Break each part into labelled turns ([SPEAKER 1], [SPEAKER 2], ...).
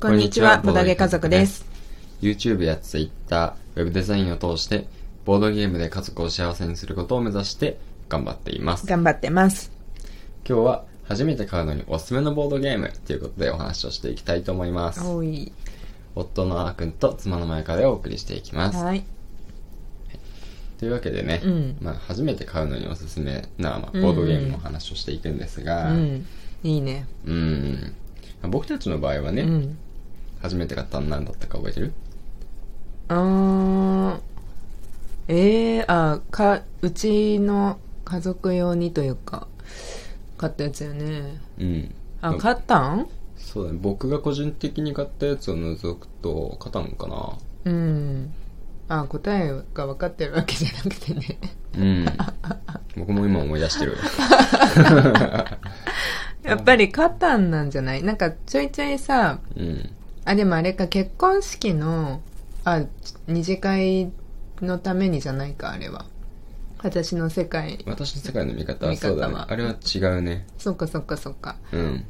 [SPEAKER 1] こんにちは、ボドゲ家族です。。
[SPEAKER 2] YouTube や Twitter、Web デザインを通して、ボードゲームで家族を幸せにすることを目指して頑張っています。今
[SPEAKER 1] 頑張ってます。
[SPEAKER 2] 日は初めて買うのにおすすめのボードゲームということでお話をしていきたいと思います。
[SPEAKER 1] おい。
[SPEAKER 2] 夫のあーくんと妻のまゆかでお送りしていきます。
[SPEAKER 1] はい。
[SPEAKER 2] というわけでね、
[SPEAKER 1] うん
[SPEAKER 2] まあ、初めて買うのにおすすめな、まあ、
[SPEAKER 1] うん
[SPEAKER 2] ボードゲームの話をしていくんです
[SPEAKER 1] う
[SPEAKER 2] が、うん、
[SPEAKER 1] ん。いいね。
[SPEAKER 2] まあ僕たちの場合は
[SPEAKER 1] う
[SPEAKER 2] ね、
[SPEAKER 1] ん。
[SPEAKER 2] 初めて買ったの何だったか覚えてる
[SPEAKER 1] あー。えー、あ、か、うちの家族用にというか、買ったやつよね。
[SPEAKER 2] うん。
[SPEAKER 1] あ、
[SPEAKER 2] ま
[SPEAKER 1] 買ったん
[SPEAKER 2] そうだね、僕が個人的に買ったやつを除くと、買ったのかな
[SPEAKER 1] うん。あ、答えが分かってるわけじゃなくてね。
[SPEAKER 2] うん。 僕も今思い出してる。
[SPEAKER 1] やっぱりカタンなんじゃないなんかちょいちょいさ、
[SPEAKER 2] うん。
[SPEAKER 1] あ、でもあれか、結婚式の、あ、二次会のためにじゃないか、あれは。私の世界。
[SPEAKER 2] 私の世界の見方は
[SPEAKER 1] 見方は
[SPEAKER 2] そうだね。あれは違うね。
[SPEAKER 1] そっかそっかそっか。
[SPEAKER 2] うん。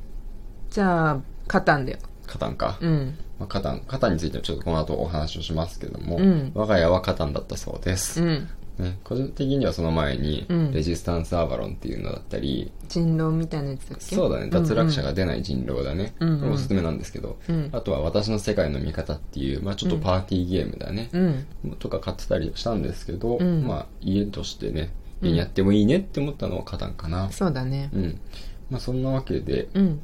[SPEAKER 1] じゃあ、カタンだよ。
[SPEAKER 2] カタンか。
[SPEAKER 1] うん。
[SPEAKER 2] まあ、カタン、カタンについてはちょっとこの後お話をしますけども、
[SPEAKER 1] うん
[SPEAKER 2] 我が家はカタンだったそうです
[SPEAKER 1] う。ん。
[SPEAKER 2] ね、個人的にはその前に、
[SPEAKER 1] うん
[SPEAKER 2] レジスタンス・アバロンっていうのだったり、
[SPEAKER 1] 人狼みたいなやつだっけ
[SPEAKER 2] そうだね、脱落者が出ない人狼だね。
[SPEAKER 1] うんうん
[SPEAKER 2] これおすすめなんですけど、
[SPEAKER 1] うん
[SPEAKER 2] あとは私の世界の見方っていう、まあちょっとパーティーゲームだね。
[SPEAKER 1] うん。うん。
[SPEAKER 2] とか買ってたりしたんですけど、
[SPEAKER 1] うん
[SPEAKER 2] まあ家としてね、
[SPEAKER 1] うん
[SPEAKER 2] 家にやってもいいねって思ったのはカタンかな。
[SPEAKER 1] そうだね
[SPEAKER 2] う。ん。まあそんなわけで、
[SPEAKER 1] うん。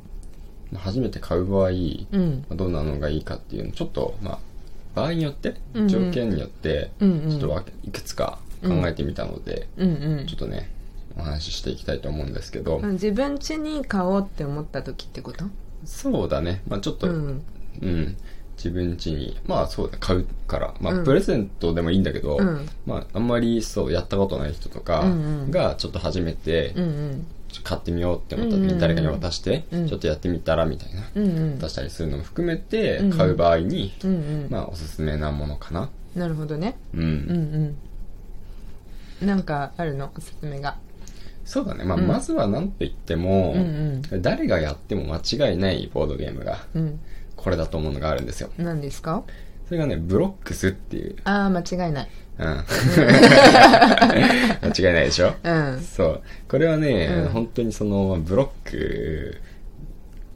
[SPEAKER 2] まあ初めて買う場合、
[SPEAKER 1] うん。
[SPEAKER 2] まあどんなのがいいかっていうの、ちょっと、まあ場合によって
[SPEAKER 1] うんう、ん
[SPEAKER 2] 条件によって、
[SPEAKER 1] う
[SPEAKER 2] ち
[SPEAKER 1] んうん
[SPEAKER 2] ょっとわけいくつか考えてみたので、
[SPEAKER 1] うんうん
[SPEAKER 2] ちょっとね、お話ししていきたいと思うんですけど、
[SPEAKER 1] あ。自分家に買おうって思った時ってこと
[SPEAKER 2] そうだね、まあちょっと、
[SPEAKER 1] う
[SPEAKER 2] うん、
[SPEAKER 1] ん。
[SPEAKER 2] 自分家に、まあそうだ、買うから、まあ、
[SPEAKER 1] うん
[SPEAKER 2] プレゼントでもいいんだけど、
[SPEAKER 1] うん
[SPEAKER 2] まああんまりそう、やったことない人とか
[SPEAKER 1] うんうん
[SPEAKER 2] が、ちょっと初めて
[SPEAKER 1] う、ん
[SPEAKER 2] ちょっと買ってみようって思った時
[SPEAKER 1] うんうんうん
[SPEAKER 2] に誰かに渡して、
[SPEAKER 1] うん
[SPEAKER 2] ちょっとやってみたらみたいな、
[SPEAKER 1] うん。うんうん。
[SPEAKER 2] 出したりするのも含めて
[SPEAKER 1] うんう、ん
[SPEAKER 2] 買う場合に、
[SPEAKER 1] うんうん。
[SPEAKER 2] まあおすすめなものかな。
[SPEAKER 1] なるほどね。
[SPEAKER 2] うん。
[SPEAKER 1] うんうん。なんかあるのおすすめが。
[SPEAKER 2] そうだね、まあ
[SPEAKER 1] うん
[SPEAKER 2] まずはなんと言っても、
[SPEAKER 1] うん
[SPEAKER 2] 誰がやっても間違いないボードゲームが、
[SPEAKER 1] うん。
[SPEAKER 2] これだと思うのがあるんですよ。
[SPEAKER 1] うん。何ですか
[SPEAKER 2] それがね、ブロックスっていう。
[SPEAKER 1] ああ、間違いない。
[SPEAKER 2] うん。 間違いないでしょ
[SPEAKER 1] うん。
[SPEAKER 2] そう。これはね、
[SPEAKER 1] うん
[SPEAKER 2] 本当にその、ブロック、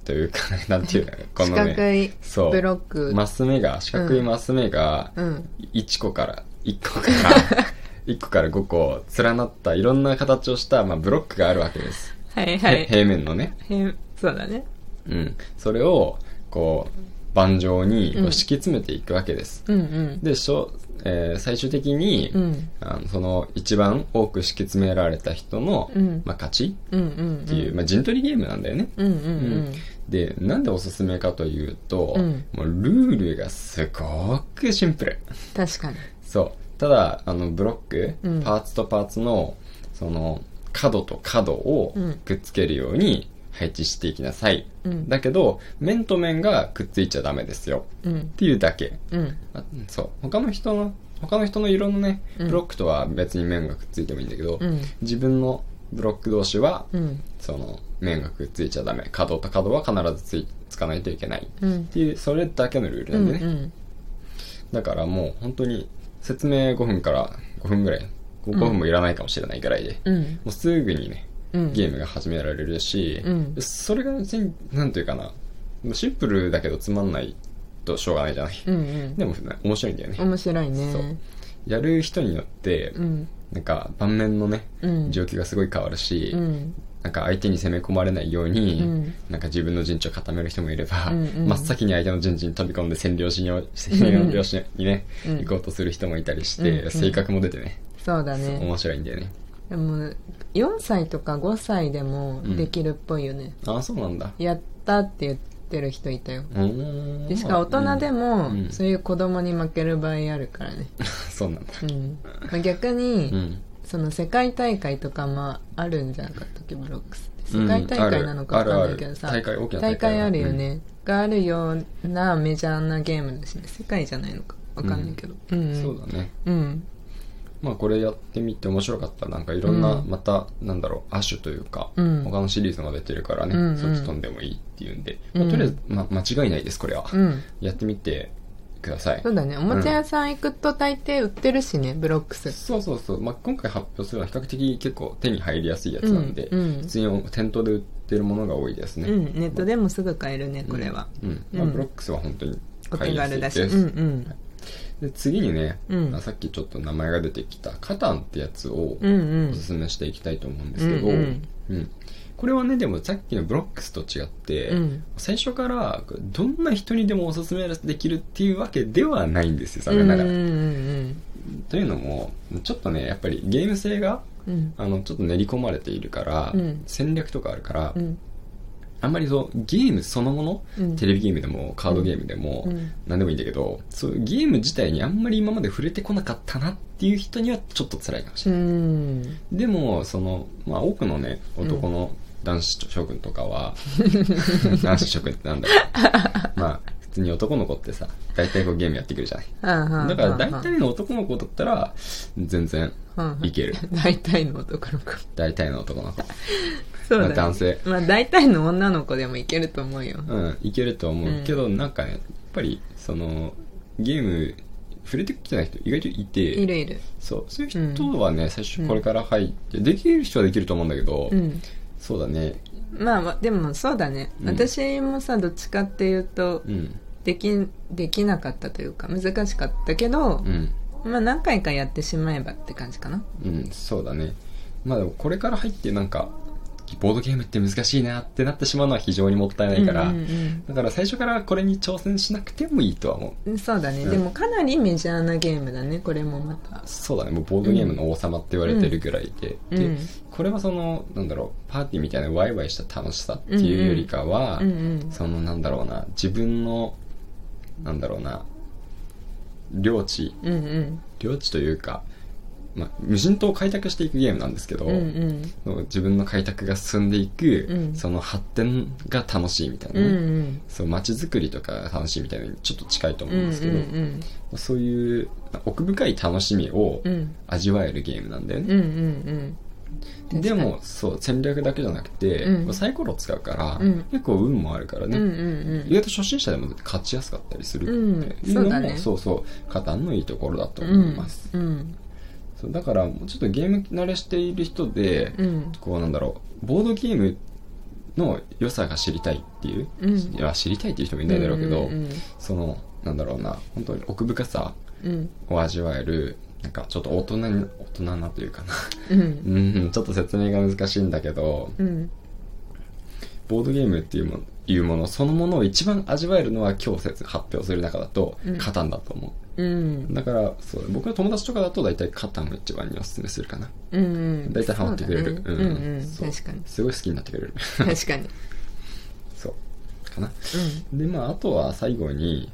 [SPEAKER 2] というか、なんていうの、こ
[SPEAKER 1] 四
[SPEAKER 2] の
[SPEAKER 1] 角
[SPEAKER 2] ね、
[SPEAKER 1] い
[SPEAKER 2] そう
[SPEAKER 1] ブロック。
[SPEAKER 2] マス目が、四角いマス目が、
[SPEAKER 1] うん。
[SPEAKER 2] 1個から、1 個から、1個から5個連なったいろんな形をした、まあ、ブロックがあるわけです。
[SPEAKER 1] はいは
[SPEAKER 2] へ
[SPEAKER 1] い。
[SPEAKER 2] 平面のね。
[SPEAKER 1] へそうだね。
[SPEAKER 2] うん。それを、こう、盤上にこう
[SPEAKER 1] うん
[SPEAKER 2] 敷き詰めていくわけです。
[SPEAKER 1] うんうん。
[SPEAKER 2] で、しょえー最終的に、
[SPEAKER 1] うん。
[SPEAKER 2] あのその一番多く敷き詰められた人の、
[SPEAKER 1] うん
[SPEAKER 2] まあ、勝ち
[SPEAKER 1] うんうん。
[SPEAKER 2] っていう、まあ、陣取りゲームなんだよね。
[SPEAKER 1] うんうんうん。
[SPEAKER 2] で、なんでおすすめかというと、
[SPEAKER 1] うん
[SPEAKER 2] もうルールがすごくシンプル。
[SPEAKER 1] 確かに。
[SPEAKER 2] そう。ただ、あの、ブロック、
[SPEAKER 1] うん
[SPEAKER 2] パーツとパーツの、その、角と角を
[SPEAKER 1] うん
[SPEAKER 2] くっつけるように配置していきなさい。
[SPEAKER 1] うん
[SPEAKER 2] だけど、面と面がくっついちゃダメですよ。
[SPEAKER 1] うん
[SPEAKER 2] っていうだけ。
[SPEAKER 1] うん
[SPEAKER 2] あそう。他の人の、他の人の色のね、
[SPEAKER 1] うん
[SPEAKER 2] ブロックとは別に面がくっついてもいいんだけど、
[SPEAKER 1] うん
[SPEAKER 2] 自分のブロック同士は、
[SPEAKER 1] うん
[SPEAKER 2] その、面がくっついちゃダメ。角と角は必ずついつかないといけない。
[SPEAKER 1] うん
[SPEAKER 2] っていう、それだけのルー
[SPEAKER 1] う
[SPEAKER 2] ルな
[SPEAKER 1] ん
[SPEAKER 2] んでね。
[SPEAKER 1] うん
[SPEAKER 2] だからもう本当に説明5分から5分ぐらい 5, 分もいらないかもしれないぐらいで、も
[SPEAKER 1] うん
[SPEAKER 2] うすぐにね
[SPEAKER 1] うん
[SPEAKER 2] ゲームが始められるし、
[SPEAKER 1] うん
[SPEAKER 2] それが別になんていうかなシンプルだけどつまんないとしょうがないじゃない、
[SPEAKER 1] うん
[SPEAKER 2] でもね面白いんだよ
[SPEAKER 1] う
[SPEAKER 2] ね
[SPEAKER 1] ん面白いね
[SPEAKER 2] そうやる人によって、
[SPEAKER 1] うん
[SPEAKER 2] なんか盤面のね
[SPEAKER 1] うん
[SPEAKER 2] 状況がすごい変わるし、
[SPEAKER 1] うん
[SPEAKER 2] なんか相手に攻め込まれないように、
[SPEAKER 1] うん
[SPEAKER 2] なんか自分の陣地を固める人もいれば、
[SPEAKER 1] うんうん
[SPEAKER 2] 真っ先に相手の陣地に飛び込んで占領しに占領しにね、
[SPEAKER 1] うん
[SPEAKER 2] 行こうとする人もいたりし
[SPEAKER 1] うん
[SPEAKER 2] て、
[SPEAKER 1] うん
[SPEAKER 2] 性格も出てね、
[SPEAKER 1] そうだ
[SPEAKER 2] そう
[SPEAKER 1] ね
[SPEAKER 2] 面白いんだよね。
[SPEAKER 1] でも4歳とか5歳でもできるっぽいよね
[SPEAKER 2] ああ、そうなんだ。
[SPEAKER 1] やったって言ってる人いたよ
[SPEAKER 2] うーん
[SPEAKER 1] でしかも大人でも
[SPEAKER 2] うん
[SPEAKER 1] そういう子供に負ける場合あるからね
[SPEAKER 2] うんそうなんだ。
[SPEAKER 1] うんまあ逆
[SPEAKER 2] う
[SPEAKER 1] に
[SPEAKER 2] ん。
[SPEAKER 1] その世界大会とかもあるんじゃなかったっけブロックスって
[SPEAKER 2] うん
[SPEAKER 1] 世界大会なのかわかんないけどさ
[SPEAKER 2] あるある大会大きな大
[SPEAKER 1] 大
[SPEAKER 2] 会
[SPEAKER 1] 会あるよねがあるようなメジャーなゲームだしね世界じゃないのかわかんないけどうん
[SPEAKER 2] そうだね。
[SPEAKER 1] うん
[SPEAKER 2] まあこれやってみて面白かったらなんかいろんな、
[SPEAKER 1] うん
[SPEAKER 2] またなんだろう亜種というか、
[SPEAKER 1] うん
[SPEAKER 2] 他のシリーズも出てるからね、
[SPEAKER 1] うんうん
[SPEAKER 2] そっち飛んでもいいっていうんで、
[SPEAKER 1] うん
[SPEAKER 2] まあとりあえず、ま、間違いないですこれは、
[SPEAKER 1] うん。
[SPEAKER 2] やってみてください
[SPEAKER 1] そうだね。おもちゃ屋さん行くと大抵売ってるしね、ブロックス。
[SPEAKER 2] そうそうそう、まあ、今回発表するのは比較的結構手に入りやすいやつなんで、
[SPEAKER 1] うんうん
[SPEAKER 2] 普通に店頭で売ってるものが多いですね、
[SPEAKER 1] うん、ネットでもすぐ買えるね、これは。
[SPEAKER 2] うんまあ
[SPEAKER 1] うん
[SPEAKER 2] ブロックスは本当に
[SPEAKER 1] お
[SPEAKER 2] 買
[SPEAKER 1] 手
[SPEAKER 2] いやす
[SPEAKER 1] 軽
[SPEAKER 2] い
[SPEAKER 1] だ
[SPEAKER 2] で
[SPEAKER 1] し。
[SPEAKER 2] す、
[SPEAKER 1] うんうん。
[SPEAKER 2] で次にね、
[SPEAKER 1] うん
[SPEAKER 2] まあさっきちょっと名前が出てきたカタンってやつを
[SPEAKER 1] うんう
[SPEAKER 2] お
[SPEAKER 1] ん
[SPEAKER 2] す。すめしていきたいと思うんですけど、
[SPEAKER 1] うんうん
[SPEAKER 2] うんこれはねでもさっきのブロックスと違って、
[SPEAKER 1] うん
[SPEAKER 2] 最初からどんな人にでもおすすめできるっていうわけではないんですよ残念ながら、
[SPEAKER 1] うんうん
[SPEAKER 2] というのもちょっとねやっぱりゲーム性が
[SPEAKER 1] うんうん。
[SPEAKER 2] あのちょっと練り込まれているから、
[SPEAKER 1] うん
[SPEAKER 2] 戦略とかあるから、
[SPEAKER 1] うん
[SPEAKER 2] あんまりそうゲームそのもの、
[SPEAKER 1] うん
[SPEAKER 2] テレビゲームでもカードゲームでも、
[SPEAKER 1] うん
[SPEAKER 2] 何でもいいんだけどそうゲーム自体にあんまり今まで触れてこなかったなっていう人にはちょっと辛いかもし
[SPEAKER 1] う
[SPEAKER 2] れない、
[SPEAKER 1] ん。
[SPEAKER 2] でもその、まあ、多くのね男の男子諸君とかは、 男子諸君ってなんだろ うまあ普通に男の子ってさ大体こうゲームやってくるじゃないだ
[SPEAKER 1] だ
[SPEAKER 2] から大体の男の子だったら全然いける。
[SPEAKER 1] 大体の男の子。
[SPEAKER 2] 大体の男の子
[SPEAKER 1] そうだ、ね。
[SPEAKER 2] まあ男性
[SPEAKER 1] まあ大体の女の子でもいけると思うよ。
[SPEAKER 2] うん、いけると思う、
[SPEAKER 1] うん
[SPEAKER 2] けどなんかねやっぱりそのゲーム触れてきてない人意外といて
[SPEAKER 1] いるいる。
[SPEAKER 2] そうそういう人はね、最初これから入って、できる人はできると思うんだけど、
[SPEAKER 1] うん。
[SPEAKER 2] そうだね
[SPEAKER 1] まあまあでもそうだね、
[SPEAKER 2] うん
[SPEAKER 1] 私もさどっちかっていうと
[SPEAKER 2] うん
[SPEAKER 1] できできなかったというか難しかったけど
[SPEAKER 2] う、ん
[SPEAKER 1] まあ何回かやってしまえばって感じかな
[SPEAKER 2] うんそうだねまあでもこれから入ってなんかボードゲームって難しいなってなってしまうのは非常にもったいないから、
[SPEAKER 1] うんうん
[SPEAKER 2] だから最初からこれに挑戦しなくてもいいとは思う
[SPEAKER 1] うんそうだね、
[SPEAKER 2] うん
[SPEAKER 1] でもかなりメジャーなゲームだねこれもまた
[SPEAKER 2] そうだねもうボードゲームの王様って言われてるぐらいで、
[SPEAKER 1] うんうん
[SPEAKER 2] でこれはそのなんだろうパーティーみたいなワイワイした楽しさっていうよりかは、
[SPEAKER 1] うんうん
[SPEAKER 2] そのなんだろうな自分のなんだろうな領地
[SPEAKER 1] うんうん
[SPEAKER 2] 領地というか、まあ、無人島を開拓していくゲームなんですけど、
[SPEAKER 1] うんうん
[SPEAKER 2] 自分の開拓が進んでいく、
[SPEAKER 1] うん
[SPEAKER 2] その発展が楽しいみたいな
[SPEAKER 1] うんう
[SPEAKER 2] ね、
[SPEAKER 1] ん
[SPEAKER 2] そう街づくりとか楽しいみたいなのにちょっと近いと思
[SPEAKER 1] う
[SPEAKER 2] うん
[SPEAKER 1] ん
[SPEAKER 2] ですけど、
[SPEAKER 1] うん
[SPEAKER 2] そういう奥深い楽しみを
[SPEAKER 1] うんうん
[SPEAKER 2] 味わえるゲームなんだよね、
[SPEAKER 1] うんうんうん
[SPEAKER 2] でもそう戦略だけじゃなくて、
[SPEAKER 1] うん
[SPEAKER 2] サイコロ使うから、
[SPEAKER 1] うん
[SPEAKER 2] 結構運もあるから
[SPEAKER 1] うん
[SPEAKER 2] ね、
[SPEAKER 1] うん
[SPEAKER 2] 意外と初心者でも勝ちやすかったりするって
[SPEAKER 1] うん
[SPEAKER 2] いう
[SPEAKER 1] そう
[SPEAKER 2] の
[SPEAKER 1] だ
[SPEAKER 2] も、
[SPEAKER 1] ね
[SPEAKER 2] そうそうカタンのいいところだと
[SPEAKER 1] うん
[SPEAKER 2] 思います、
[SPEAKER 1] うんうん
[SPEAKER 2] そうだからもうちょっとゲーム慣れしている人で、
[SPEAKER 1] うん
[SPEAKER 2] こうなんだろうボードゲームの良さが知りたいっていう、
[SPEAKER 1] うん
[SPEAKER 2] いや知りたいっていう人もいないだろうけど、
[SPEAKER 1] うんうん
[SPEAKER 2] そのなんだろうな本当に奥深さ
[SPEAKER 1] うん
[SPEAKER 2] を味わえるなんかちょっと大人に大人なというかな
[SPEAKER 1] うん
[SPEAKER 2] うんちょっと説明が難しいんだけど
[SPEAKER 1] うん
[SPEAKER 2] ボードゲームっていうものいうものそのものを一番味わえるのは今日説発表する中だと
[SPEAKER 1] うん
[SPEAKER 2] カタンだと思
[SPEAKER 1] うん
[SPEAKER 2] う、だからそう僕の友達とかだと大体カタンが一番におすすめするかな
[SPEAKER 1] うんうん
[SPEAKER 2] 大体ハマってくれる
[SPEAKER 1] そうだねうんうん
[SPEAKER 2] そう
[SPEAKER 1] 確かに
[SPEAKER 2] すごい好きになってくれる
[SPEAKER 1] 確かに
[SPEAKER 2] そうかなでまああとは最後に、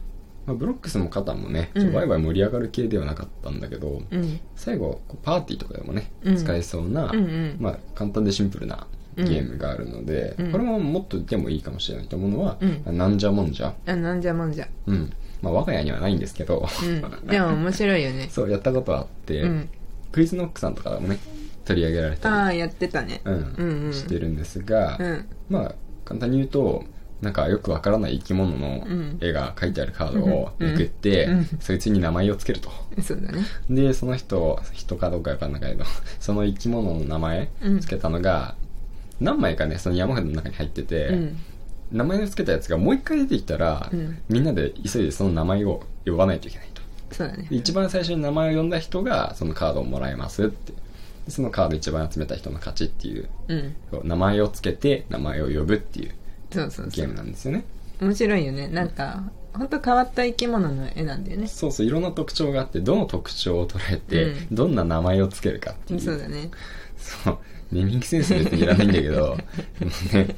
[SPEAKER 2] まあ、ブロックスもカタンもね
[SPEAKER 1] うん
[SPEAKER 2] ワイワイ盛り上がる系ではなかったんだけど、
[SPEAKER 1] うんうん
[SPEAKER 2] 最後こうパーティーとかでもね、
[SPEAKER 1] うん
[SPEAKER 2] 使えそうな、
[SPEAKER 1] うんうん
[SPEAKER 2] まあ、簡単でシンプルなゲームがあるので、
[SPEAKER 1] うん
[SPEAKER 2] これももっとでもいいかもしれないと思うのは、
[SPEAKER 1] う
[SPEAKER 2] なんじゃもんじゃ、
[SPEAKER 1] あなんじゃもんじゃ
[SPEAKER 2] うんまあ、我が家にはないんですけど、
[SPEAKER 1] うんでも面白いよね
[SPEAKER 2] そうやったことあって、
[SPEAKER 1] うん
[SPEAKER 2] クイズノックさんとかもね取り上げられ
[SPEAKER 1] あ
[SPEAKER 2] た
[SPEAKER 1] あやってたね
[SPEAKER 2] り、うん
[SPEAKER 1] うんうん
[SPEAKER 2] してるんですが、
[SPEAKER 1] うん
[SPEAKER 2] まあ簡単に言うとなんかよくわからない生き物の
[SPEAKER 1] うん
[SPEAKER 2] 絵が書いてあるカードをめくって、
[SPEAKER 1] うんうん
[SPEAKER 2] そいつに名前をつけると。
[SPEAKER 1] そうだね
[SPEAKER 2] でその人人かどうかわかんないけど その生き物の名前
[SPEAKER 1] うん
[SPEAKER 2] つけたのが、何枚かねその山札の中に入ってて、
[SPEAKER 1] うん
[SPEAKER 2] 名前をつけたやつがもう一回出てきたら、
[SPEAKER 1] うん
[SPEAKER 2] みんなで急いでその名前を呼ばないといけないと
[SPEAKER 1] そうだね
[SPEAKER 2] で一番最初に名前を呼んだ人がそのカードをもらえますってでそのカード一番集めた人の勝ちっていう
[SPEAKER 1] うん
[SPEAKER 2] こう名前をつけて名前を呼ぶっていう
[SPEAKER 1] そうそうそ
[SPEAKER 2] ゲーム
[SPEAKER 1] う
[SPEAKER 2] なんですよね
[SPEAKER 1] 面白いよねなんか本当変わった生き物の絵なんだよね
[SPEAKER 2] そうそういろんな特徴があってどの特徴を捉えて、
[SPEAKER 1] うん
[SPEAKER 2] どんな名前をつけるかっていう
[SPEAKER 1] そうだね
[SPEAKER 2] そう、ネーミングセンス別にいらないんだけど、 でもね、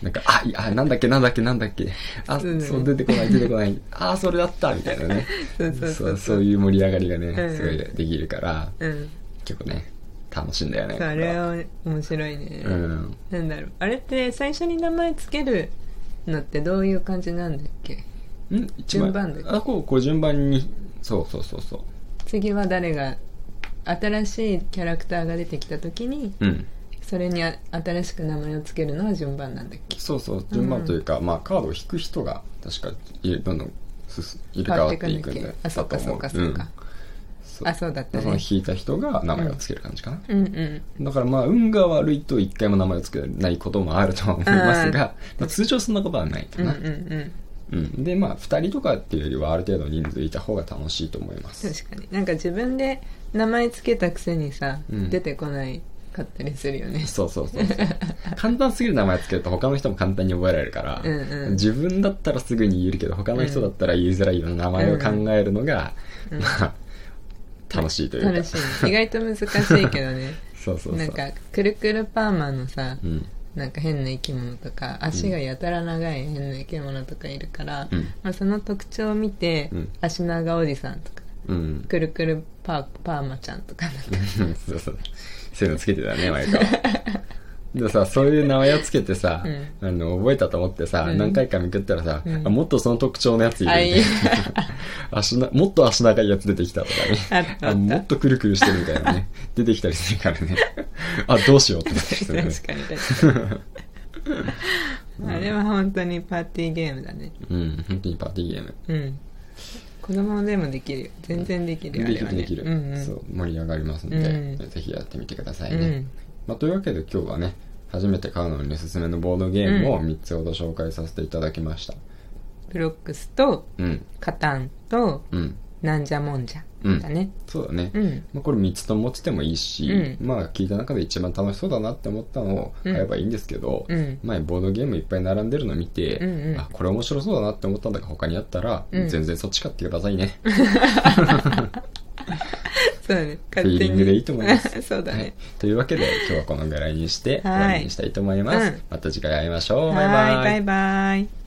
[SPEAKER 2] なんか、あ、いや、なんだっけ、なんだっけ、なんだっけ、あ、
[SPEAKER 1] そうだね
[SPEAKER 2] そう、出てこない、出てこない、あ、それだった、みたいなね。
[SPEAKER 1] そうそう
[SPEAKER 2] そ、
[SPEAKER 1] そうう
[SPEAKER 2] そういう盛り上がりが
[SPEAKER 1] う
[SPEAKER 2] ね、
[SPEAKER 1] ん
[SPEAKER 2] すごいできるから、
[SPEAKER 1] うん
[SPEAKER 2] 結構ね、楽しいんだよね。
[SPEAKER 1] そうあれは面白いね
[SPEAKER 2] うん。
[SPEAKER 1] なんだろうあれって最初に名前つけるのってどういう感じなんだっけ
[SPEAKER 2] ん一枚
[SPEAKER 1] 順番で
[SPEAKER 2] あ、こう、こう順番に、そうそうそうそう。
[SPEAKER 1] 次は誰が新しいキャラクターが出てきた時に
[SPEAKER 2] うん
[SPEAKER 1] それにあ新しく名前を付けるのは順番なんだっけ
[SPEAKER 2] そうそう順番というか、まあカードを引く人が確かいどんどん進入れ替わっていくん
[SPEAKER 1] 変わ
[SPEAKER 2] で
[SPEAKER 1] っていくんだっけあそうか
[SPEAKER 2] だと思
[SPEAKER 1] そうかそうか
[SPEAKER 2] そう
[SPEAKER 1] あそうだった
[SPEAKER 2] その
[SPEAKER 1] ね
[SPEAKER 2] 引いた人が名前をつける感じかな、
[SPEAKER 1] うんうん
[SPEAKER 2] だからまあ運が悪いと一回も名前をつけないこともあるとは思いますが、まあ、通常そんなことはないか
[SPEAKER 1] うんう
[SPEAKER 2] な、
[SPEAKER 1] んうん
[SPEAKER 2] うんでまあ2人とかっていうよりはある程度人数いた方が楽しいと思います
[SPEAKER 1] 確かになんか自分で名前つけたくせにさ、
[SPEAKER 2] うん
[SPEAKER 1] 出てこないかったりするよね
[SPEAKER 2] そうそうそうそう簡単すぎる名前つけると他の人も簡単に覚えられるから、
[SPEAKER 1] うんうん
[SPEAKER 2] 自分だったらすぐに言えるけど他の人だったら言いづらいような名前を考えるのが、
[SPEAKER 1] うん
[SPEAKER 2] まあ楽しいというか
[SPEAKER 1] 楽しい
[SPEAKER 2] そう
[SPEAKER 1] 意外と難しいけどね
[SPEAKER 2] そう そう
[SPEAKER 1] なんかくるくるパーマのさ、
[SPEAKER 2] うん
[SPEAKER 1] なんか変な生き物とか足がやたら長い変な生き物とかいるから、
[SPEAKER 2] うん
[SPEAKER 1] まあ、その特徴を見て、
[SPEAKER 2] うん
[SPEAKER 1] 足長おじさんとか
[SPEAKER 2] うん
[SPEAKER 1] くるくるパーパーマちゃんとかなんか
[SPEAKER 2] そうそうそういうのつけてたね前川でさそういう名前をつけてさ、あの覚えたと思ってさ、
[SPEAKER 1] うん
[SPEAKER 2] 何回か見くったらさ、
[SPEAKER 1] うん
[SPEAKER 2] あもっとその特徴のやついる
[SPEAKER 1] あいい
[SPEAKER 2] ね 足なもっと足長いやつ出てきたとかね
[SPEAKER 1] あったあ
[SPEAKER 2] あ
[SPEAKER 1] っ
[SPEAKER 2] も
[SPEAKER 1] た
[SPEAKER 2] っとくるくるしてるみたいな ね出てきたりするからね あどうしようってなってき
[SPEAKER 1] 確
[SPEAKER 2] て
[SPEAKER 1] か
[SPEAKER 2] ね
[SPEAKER 1] に確かにあれは本当にパーティーゲームだね
[SPEAKER 2] うん本当にパーティーゲーム
[SPEAKER 1] うん子供でもできるよ全然できるよあ
[SPEAKER 2] で
[SPEAKER 1] れ
[SPEAKER 2] き
[SPEAKER 1] は
[SPEAKER 2] る
[SPEAKER 1] ね
[SPEAKER 2] できる、
[SPEAKER 1] うんうん、
[SPEAKER 2] そう盛り上がりますので、
[SPEAKER 1] うん
[SPEAKER 2] ぜひやってみてくださいうね、
[SPEAKER 1] ん
[SPEAKER 2] まあ、というわけで今日はね初めて買うのにおすすめのボードゲームを
[SPEAKER 1] う
[SPEAKER 2] 3つほど紹介させていただきました
[SPEAKER 1] ブロックスと
[SPEAKER 2] うん
[SPEAKER 1] カタンと
[SPEAKER 2] うん
[SPEAKER 1] なんじゃもんじゃ
[SPEAKER 2] うん
[SPEAKER 1] だね
[SPEAKER 2] そうだね、
[SPEAKER 1] うん
[SPEAKER 2] まあ、これ3つとも落ちてもいいし、
[SPEAKER 1] う
[SPEAKER 2] まあ聞いた中で一番楽しそうだなって思ったのを
[SPEAKER 1] うん
[SPEAKER 2] 買えばいいんですけど、
[SPEAKER 1] うん
[SPEAKER 2] 前ボードゲームいっぱい並んでるの見て、
[SPEAKER 1] うんうん
[SPEAKER 2] あこれ面白そうだなって思ったんだが他にあったら、
[SPEAKER 1] うん
[SPEAKER 2] 全然そっち買ってくださいね
[SPEAKER 1] そうだね
[SPEAKER 2] フィーリングでいいと思いま す
[SPEAKER 1] そうだ
[SPEAKER 2] はい
[SPEAKER 1] ね、
[SPEAKER 2] というわけで今日はこのぐらいにして
[SPEAKER 1] は
[SPEAKER 2] 終
[SPEAKER 1] い
[SPEAKER 2] わりにしたいと思います、
[SPEAKER 1] うん
[SPEAKER 2] また次回会いましょう
[SPEAKER 1] は
[SPEAKER 2] バイ
[SPEAKER 1] ー
[SPEAKER 2] バイ
[SPEAKER 1] いバイバイ